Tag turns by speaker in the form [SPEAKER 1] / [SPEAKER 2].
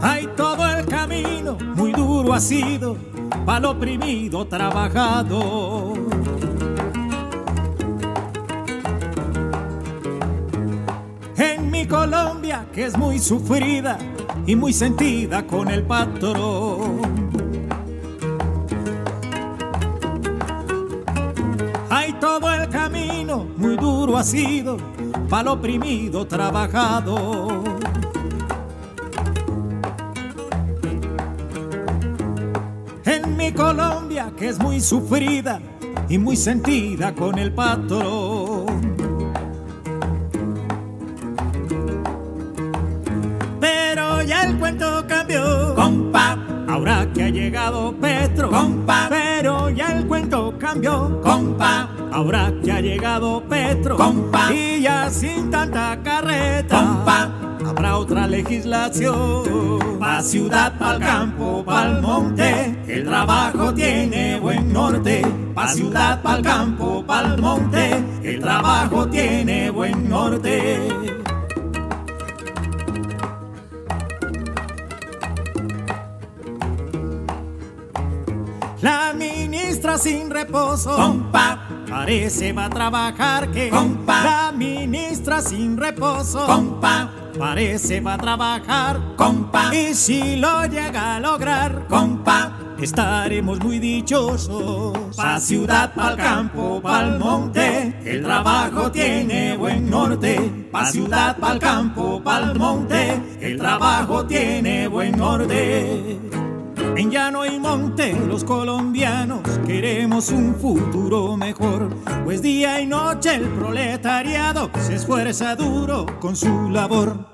[SPEAKER 1] Hay todo el camino, muy duro ha sido, para oprimido trabajado. En mi Colombia, que es muy sufrida y muy sentida con el patrón. Hay todo el camino, muy duro ha sido, para oprimido trabajado. En mi Colombia, que es muy sufrida y muy sentida con el patrón. Pero ya el cuento cambió, compa. Ahora que ha llegado Petro, compa. Pero ya el cuento cambió, compa. Ahora que ha llegado Petro, compa. Y ya sin tanta carreta, compa. Habrá otra legislación, pa' ciudad, pa'l campo, pa'l monte. El trabajo tiene buen norte, pa' ciudad, pa'l campo, pa'l monte. El trabajo tiene buen norte. La ministra sin reposo, compa, parece va a trabajar que, compa. La ministra sin reposo, compa, parece va a trabajar, compa. Y si lo llega a lograr, compa, estaremos muy dichosos. Pa ciudad, pa'l campo, pa'l monte, el trabajo tiene buen norte. Pa ciudad, pa'l campo, pa'l monte, el trabajo tiene buen norte. En llano y monte los colombianos queremos un futuro mejor, pues día y noche el proletariado se esfuerza duro con su labor.